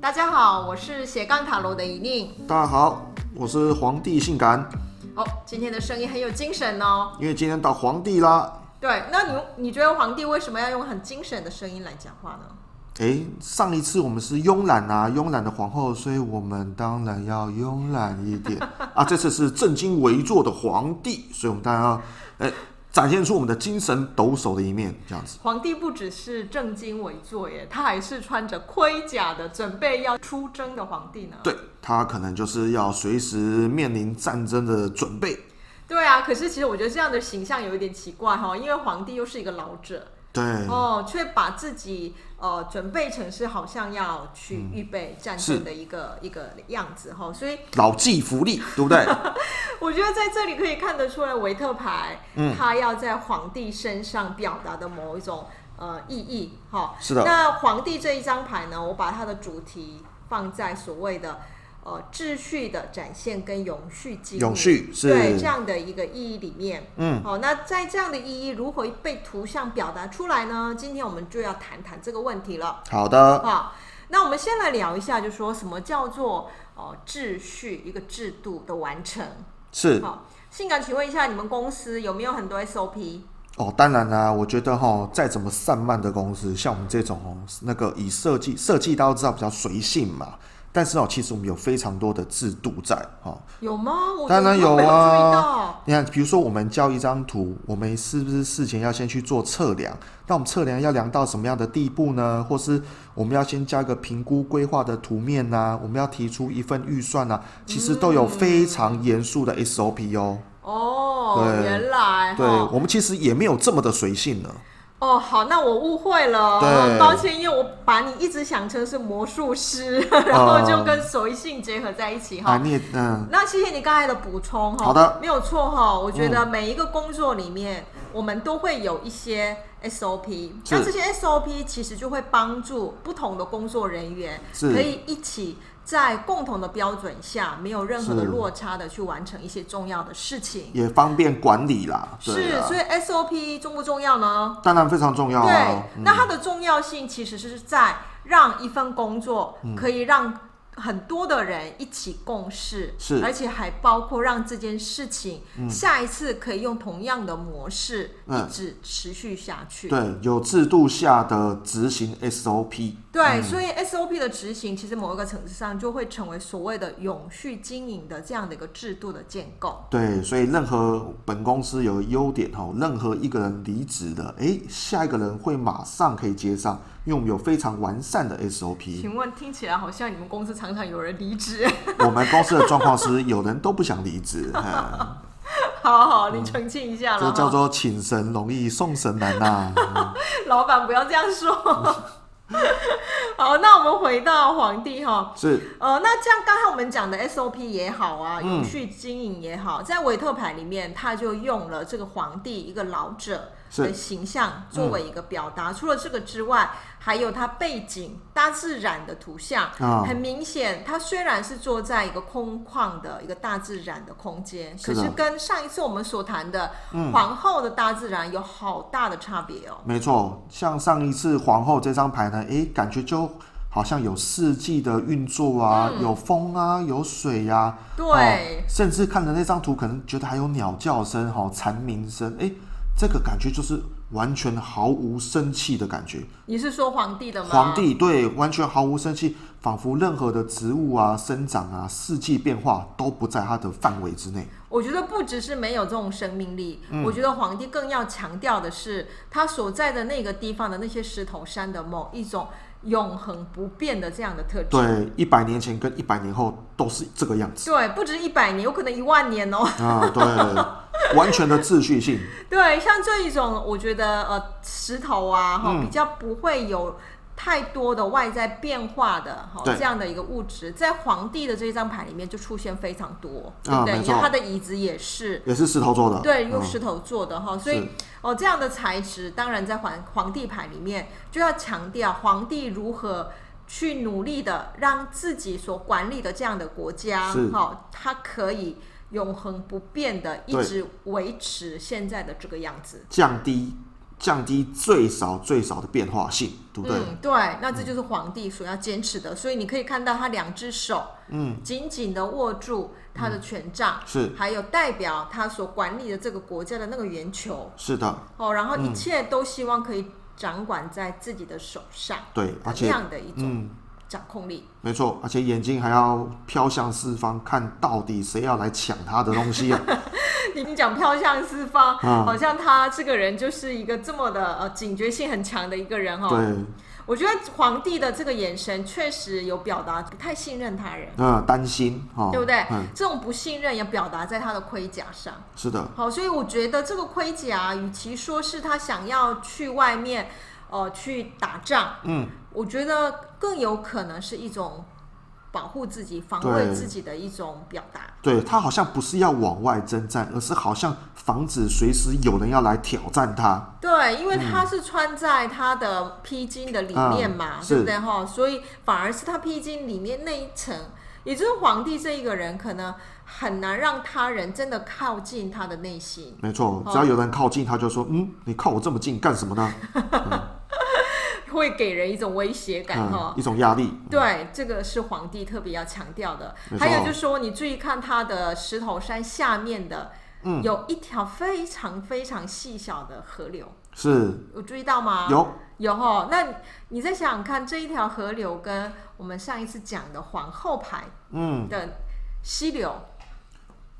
大家好，我是斜杠塔罗的一宁。大家好，我是皇帝性感，哦，今天的声音很有精神哦。因为今天到皇帝啦。对，那你你觉得皇帝为什么要用很精神的声音来讲话呢？诶，上一次我们是慵懒啊，慵懒的皇后，所以我们当然要慵懒一点啊。这次是正襟危坐的皇帝，所以我们当然要，诶，展现出我们的精神抖擞的一面，这样子。皇帝不只是正襟危坐耶，他还是穿着盔甲的，准备要出征的皇帝呢。对他可能就是要随时面临战争的准备。对啊，可是其实我觉得这样的形象有一点奇怪哈、因为皇帝又是一个老者对，哦，却把自己呃准备成是好像要去预备战争是的一个、一个样子哈、所以老骥伏枥，对不对？ 我觉得在这里可以看得出来，维特牌，嗯他要在皇帝身上表达的某一种呃意义，哈。是的那皇帝这一张牌呢，我把它的主题放在所谓的呃秩序的展现跟永续经营，永续是对这样的一个意义里面，嗯，好、那在这样的意义如何被图像表达出来呢？今天我们就要谈谈这个问题了。好的，啊，那我们先来聊一下，就说什么叫做呃秩序，一个制度的完成。是。好，性感，请问一下，你们公司有没有很多 SOP？哦，当然啦、我觉得哈，再怎么散漫的公司，像我们这种哦，那个以设计设计大家都知道比较随性嘛，但是哦，其实我们有非常多的制度在哈、哦。有吗？我当然怎么有没有注意啊到。，你看，比如说我们交一张图，我们是不是事前要先去做测量？那我们测量要量到什么样的地步呢？或是我们要先加一个评估规划的图面呐、我们要提出一份预算呐、其实都有非常严肃的 SOP 哦。哦，对原来对，哦我们其实也没有这么的随性了。哦，好，那我误会了，对抱歉，因为我把你一直想成是魔术师， 然后就跟随性结合在一起哈。啊，你也嗯。那谢谢你刚才的补充哈，好的，嗯没有错哈。我觉得每一个工作里面，我们都会有一些 SOP，是那这些 SOP 其实就会帮助不同的工作人员是可以一起在共同的标准下，没有任何的是落差的去完成一些重要的事情。也方便管理啦。对是，啊、所以 SOP 重不重要呢？当然非常重要啊。对，那它的重要性其实是在让一份工作嗯可以让很多的人一起共事，是而且还包括让这件事情下一次可以用同样的模式嗯一直持续下去。对，有制度下的执行 SOP，对，所以 SOP 的执行，其实某一个层次上就会成为所谓的永续经营的这样的一个制度的建构。对，所以任何本公司有优点哦，任何一个人离职了，诶，下一个人会马上可以接上，因为我们有非常完善的 SOP。请问听起来好像你们公司常常有人离职， 我们公司的状况是，有人都不想离职， 哈好好，你澄清一下了这哈。叫做请神容易送神难啊呐、 老板不要这样说。 好，那我们回到皇帝哈，是呃，那这样刚才我们讲的 SOP 也好啊，嗯永续经营也好，在维特牌里面，他就用了这个皇帝一个老者是嗯的形象作为一个表达。除了这个之外，还有他背景大自然的图像，啊很明显，他虽然是坐在一个空旷的一个大自然的空间，可是的嗯是跟上一次我们所谈的皇后的大自然有好大的差别哦。没错，像上一次皇后这张牌呢，诶，感觉就好像有四季的运作啊，有风啊，有水呀、啊，对哦，甚至看了那张图，可能觉得还有鸟叫声、哈、蝉鸣声，诶，这个感觉就是完全毫无生气的感觉。你是说皇帝的吗？皇帝对，完全毫无生气，仿佛任何的植物啊、生长啊、四季变化都不在他的范围之内。我觉得不只是没有这种生命力，嗯我觉得皇帝更要强调的是他所在的那个地方的那些石头山的某一种永恒不变的这样的特质。对，一百年前跟一百年后都是这个样子对，不止一百年，有可能一万年哦。 啊，对， 完全的秩序性。对，像这一种，我觉得呃，石头啊，哈、嗯比较不会有太多的外在变化的哈、对这样的一个物质，在皇帝的这一张牌里面就出现非常多，对啊不对？没因错为他的椅子也是，也是石头做的，对，用嗯石头做的哈，所以是哦，这样的材质当然在皇皇帝牌里面就要强调皇帝如何去努力的让自己所管理的这样的国家是哈，它可以永恒不变的一对直维持现在的这个样子。降低降低最少最少的变化性，对不对？嗯，对，那这就是皇帝所要坚持的。所以你可以看到他两只手，嗯，紧紧的握住他的权杖，嗯是还有代表他所管理的这个国家的那个圆球是的，哦，然后嗯一切都希望可以掌管在自己的手上，对，而这且样的一种嗯，掌控力。 没错，而且眼睛还要飘向四方，看到底谁要来抢他的 东西啊？你你讲飘向四方，嗯好像他这个人就是一个这么的呃警觉性很强的一个人哦。对，我觉得皇帝的这个眼神确实有表达不太信任他人，那、担心哦，对不对？嗯，这种不信任也表达在他的盔甲上。是的，好，所以我觉得这个盔甲，啊与其说是他想要去外面，呃，去打仗，嗯，我觉得更有可能是一种保护自己、防对卫自己的一种表达。对他好像不是要往外征战，而是好像防止随时有人要来挑战他。对，因为嗯他是穿在他的披巾的里面嘛，嗯对不是对哈？所以反而是他披巾里面那一层，也就是皇帝这一个人，可能很难让他人真的靠近他的内心。 没错，哦只要有人靠近，他就说：“嗯，你靠我这么近干什么呢会给人一种威胁？”感哈、嗯，一种压力。对，这个是皇帝特别要强调的没。错还有就是说，你注意看它的石头山下面的，嗯有一条非常非常细小的河流，是有注意到吗？有有哦。那你你再想想看，这一条河流跟我们上一次讲的皇后牌嗯的溪流，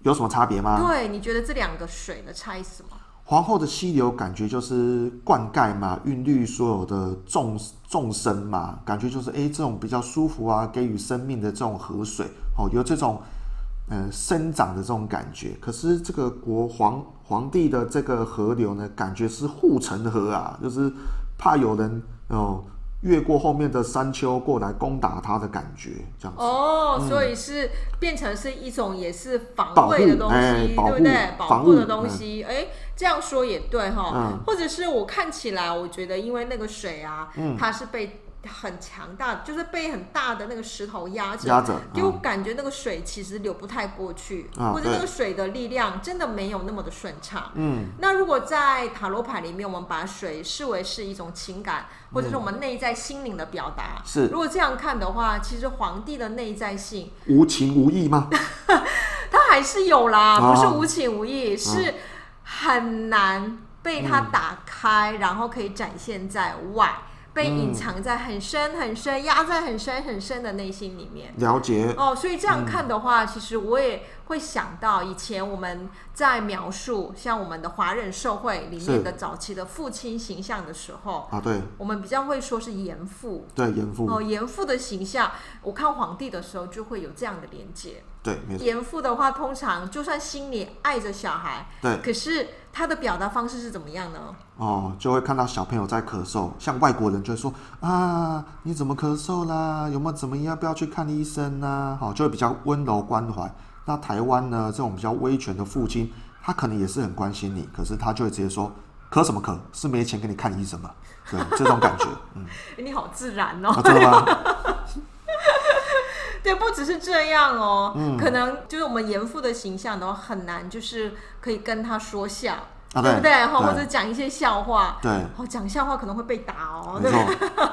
有什么差别吗？对，你觉得这两个水的差异是什么？皇后的溪流感觉就是灌溉嘛，孕育所有的众众生嘛，感觉就是哎、诶这种比较舒服啊，给予生命的这种河水哦，有这种呃生长的这种感觉。可是这个国皇皇帝的这个河流呢，感觉是护城河啊，就是怕有人哦、越过后面的山丘过来攻打他的感觉，这样子。哦，所以是变成是一种也是防保卫的护东哎西，保对护不对？保防护的护东嗯西，哎、这样说也对哈、嗯或者是我看起来，我觉得因为那个水啊，嗯它是被很强大，就是被很大的那个石头压着，压着嗯给我感觉那个水其实流不太过去，啊或者那对个水的力量真的没有那么的顺畅。嗯，那如果在塔罗牌里面，我们把水视为是一种情感，或者是我们内在心灵的表达。是如果这样看的话，其实皇帝的内在性，无情无义吗？他还是有啦，哦不是无情无义，是很难被他打开，然后可以展现在外，被隐藏在很深很深、压在很深很深的内心里面。了解，哦，所以这嗯样看的话，其实我也会想到以前我们在描述像我们的华人社会里面是的早期的父亲形象的时候，啊，对我们比较会说是严父。对，严父，哦，严父的形象，我看皇帝的时候就会有这样的连接。对，没错，严父的话，通常就算心里爱着小孩，对。可是他的表达方式是怎么样 呢？哦，就会看到小朋友在咳嗽，像外国人就会说啊，你怎么咳嗽啦？有没有怎么样？要不要去看医生呐、好、就会比较温柔关怀。那台湾呢，这种比较威权的父亲，他可能也是很关心你，可是他就会直接说咳什么咳，是没钱给你看医生吗？对，这种感觉， 嗯，诶你好自然哦， 啊，真的吗？对，不只是这样哦，嗯可能就是我们严父的形象的话，很难就是可以跟他说笑，啊，对不对？哈，或者对，讲一些笑话，对，哦，讲笑话可能会被打哦，对，没错，嗯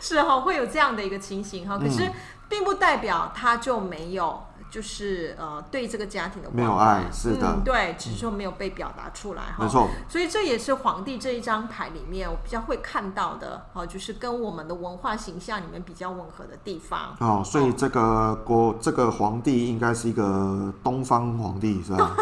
是哈、会有这样的一个情形哈、可是并不代表他就没有。就是呃，对这个家庭的没有关怀爱是的嗯，对，只是说没有被表达出来哈。没错，所以这也是皇帝这一张牌里面我比较会看到的，哦，就是跟我们的文化形象里面比较吻合的地方。哦，所以这个国这个皇帝应该是一个东方皇帝是 吧？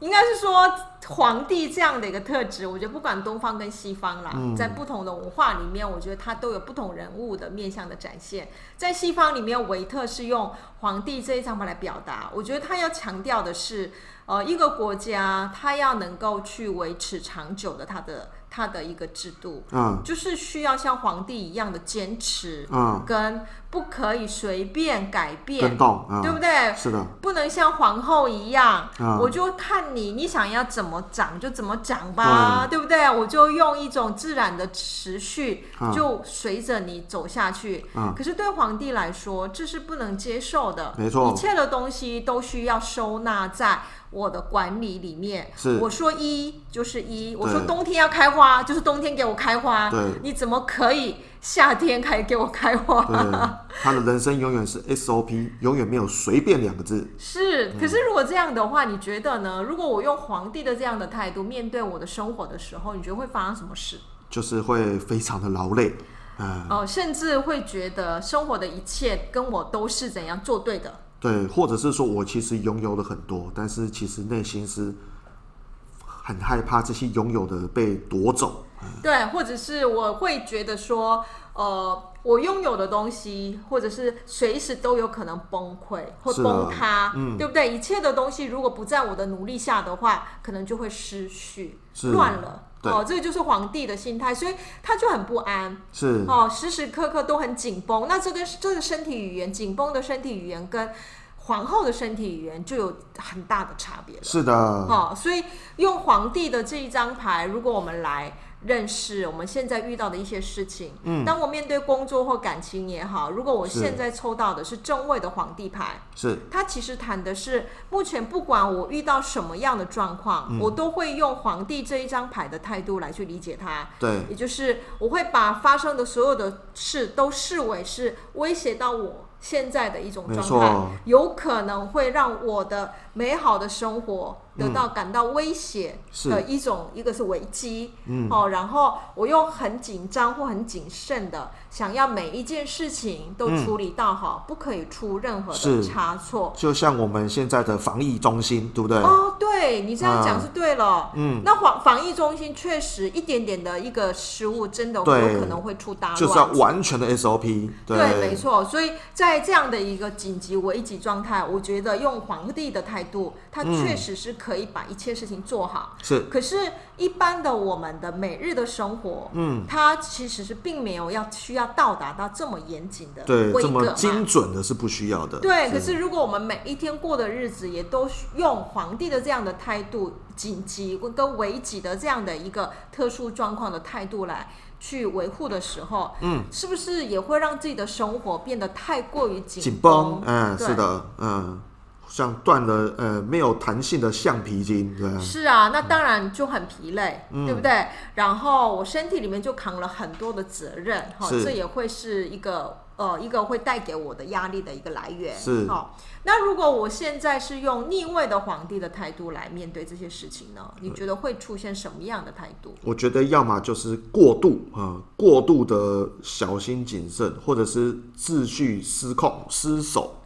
应该是说皇帝这样的一个特质，我觉得不管东方跟西方啦，在不同的文化里面，我觉得它都有不同人物的面向的展现。在西方里面，维特是用皇帝这一张牌来表达，我觉得他要强调的是，呃，一个国家它要能够去维持长久的它的它的一个制度，嗯就是需要像皇帝一样的坚持，嗯，跟不可以随便改跟变，动，对嗯，不对？是的，不能像皇后一样，嗯我就看你，你想要怎么长就怎么长吧，对不对？我就用一种自然的持续，嗯就随着你走下去。嗯可是对皇帝来说，这是不能接受的。没错一切的东西都需要收纳在我的管理里面。是我说一就是一，我说对冬天要开花就是冬天给我开花对，你怎么可以夏天还给我开对花？，他的人生永远是 SOP，永远没有随便两个字。是，可嗯是如果这样的话，你觉得呢？如果我用皇帝的这样的态度面对我的生活的时候，你觉得会发生什么事？就是会非常的劳累，嗯，哦、甚至会觉得生活的一切跟我都是怎样做对的。对，或者是说我其实拥有了很多，但是其实内心是很害怕这些拥有的被夺走，对，或者是我会觉得说，呃，我拥有的东西，或者是随时都有可能崩溃或是啊崩塌，对不对？一切的东西如果不在我的努力下的话，可能就会失去，是乱了。对哦，这个就是皇帝的心态，所以他就很不安。是哦，时时刻刻都很紧绷。那这个这个身体语言，紧绷的身体语言跟皇后的身体语言就有很大的差别了。是啊的，哦，所以用皇帝的这一张牌，如果我们来认识我们现在遇到的一些事情，嗯，当我面对工作或感情也好，如果我是现在抽到的是正位的皇帝牌，是它其实谈的是目前不管我遇到什么样的状况，嗯我都会用皇帝这一张牌的态度来去理解它，对，也就是我会把发生的所有的事都视为是威胁到我现在的一种没状态错，有可能会让我的美好的生活得到感到威胁嗯是嗯的一种，一个是危机，哦，然后我又很紧张或很谨慎的想要每一件事情都处理到好，不可以出任何嗯是的差错。就像我们现在的防疫中心，对不对？哦，对你这样讲嗯是对了。嗯，那防防疫中心确实一点点的一个失误，真的有对可能会出大乱。就是要完全的 SOP，对，没错。所以在这样的一个紧急危急状态，我觉得用皇帝的态度，他确实是可以把一切事情做好。是可是，一般的我们的每日的生活，嗯，它其实是并没有要需要到达到这么严谨的对，规这格么嘛。精准的是不需要的，对，可是如果我们每一天过的日子也都用皇帝的这样的态度，紧急跟危急的这样的一个特殊状况的态度来去维护的时候，嗯，是不是也会让自己的生活变得太过于紧紧绷绷？，嗯，对是的，嗯，像断了呃没有弹性的橡皮筋，对啊，是啊，那当然就很疲累，嗯对不对？然后我身体里面就扛了很多的责任，哈、是这也会是一个呃一个会带给我的压力的一个来源，是哦。那如果我现在是用逆位的皇帝的态度来面对这些事情呢？你觉得会出现什么样的态度？我觉得要么就是过度啊、呃过度的小心谨慎，或者是秩序失控、失守，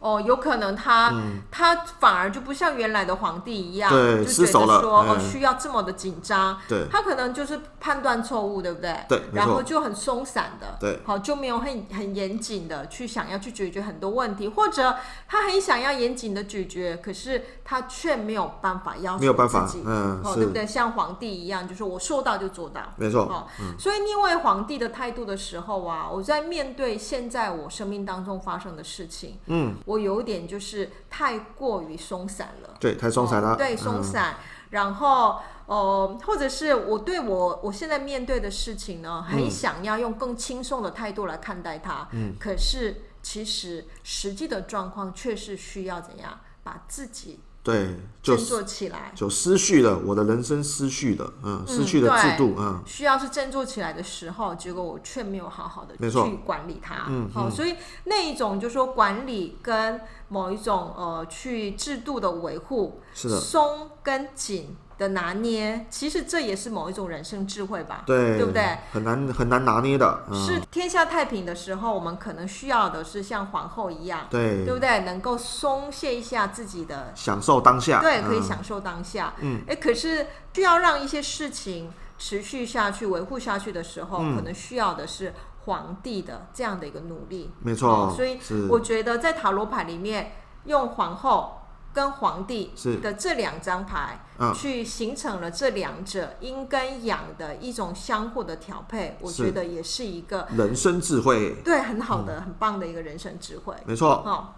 哦，有可能他、他反而就不像原来的皇帝一样，嗯对就失觉手得了说、哦嗯需要这么的紧张，对他可能就是判断错误，对不对？对没然后错就很松散的，对好就没有很很严谨的去想要去解决很多问题，或者他很想要严谨的解决，可是他却没有办法要求没有办法自己，嗯哦，是对不对？像皇帝一样，就是我说到就做到，没错，哦，所以逆位皇帝的态度的时候啊，我在面对现在我生命当中发生的事情，嗯，我有点就是太过于松散了，对，太松散了，哦对，松嗯散，然后呃，或者是我对我我现在面对的事情呢，很想要用更轻松的态度来看待它，嗯，可是其实实际的状况却是需要怎样把自己对，就振是作起来，就失去了我的人生，失去了，嗯，失去了制对度，嗯，需要是振作起来的时候，结果我却没有好好的没错去管理它。嗯，好、所以那一种就说管理跟某一种呃去制度的维护，是的松跟紧的拿捏，其实这也是某一种人生智慧吧？对，对不对？？很难很难拿捏的，嗯，是天下太平的时候，我们可能需要的是像皇后一样，对，对不对？能够松懈一下自己的享受当下，对，可以嗯享受当下。嗯，哎，可是需要让一些事情持续下去、维护下去的时嗯候，可能需要的是皇帝的这样的一个努力。没错哦，所以是我觉得在塔罗牌里面用皇后。跟皇帝是的这两张牌嗯，去形成了这两者阴跟阳的一种相互的调配，我是嗯觉得也是一个人生智慧，对很好的、很棒的一个人生智慧。没错，哦，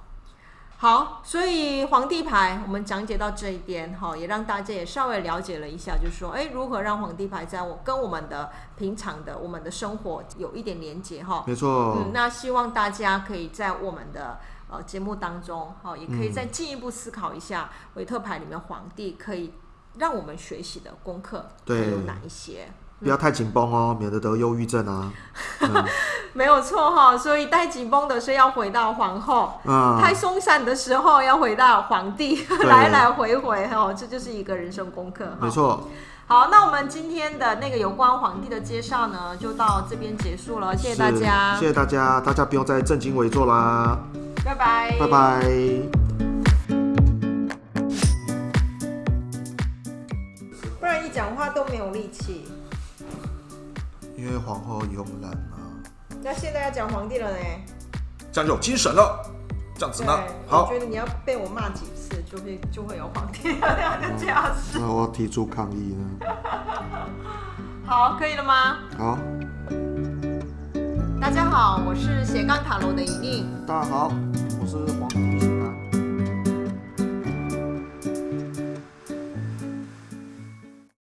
好，所以皇帝牌我们讲解到这一边哈、也让大家也稍微了解了一下，就是说，哎，如何让皇帝牌在我跟我们的平常的我们的生活有一点连接哈、嗯没错，嗯，那希望大家可以在我们的呃节目当中，好、也可以再进一步思考一下维特牌里面皇帝可以让我们学习的功课对有哪一些。不要太紧绷哦，免得得忧郁症啊。没有错哈、所以太紧绷的是要回到皇后，嗯，太松散的时候要回到皇帝，来来回回哈、这就是一个人生功课哈、没错，好，那我们今天的那个有关皇帝的介绍呢，就到这边结束了，谢谢大是家，谢谢大家，大家不用再正襟危坐啦，拜拜，拜拜。不然一讲话都没有力气。因为皇后慵懒啊，那现在要讲皇帝了呢？这样就有精神了。这样子对呢，，我好觉，得你要被我骂几次，就会就会有皇帝 了，就这样子。那我提出抗议呢。嗯好，可以了吗？好，大家好，我是斜杠塔罗的一定。大家好，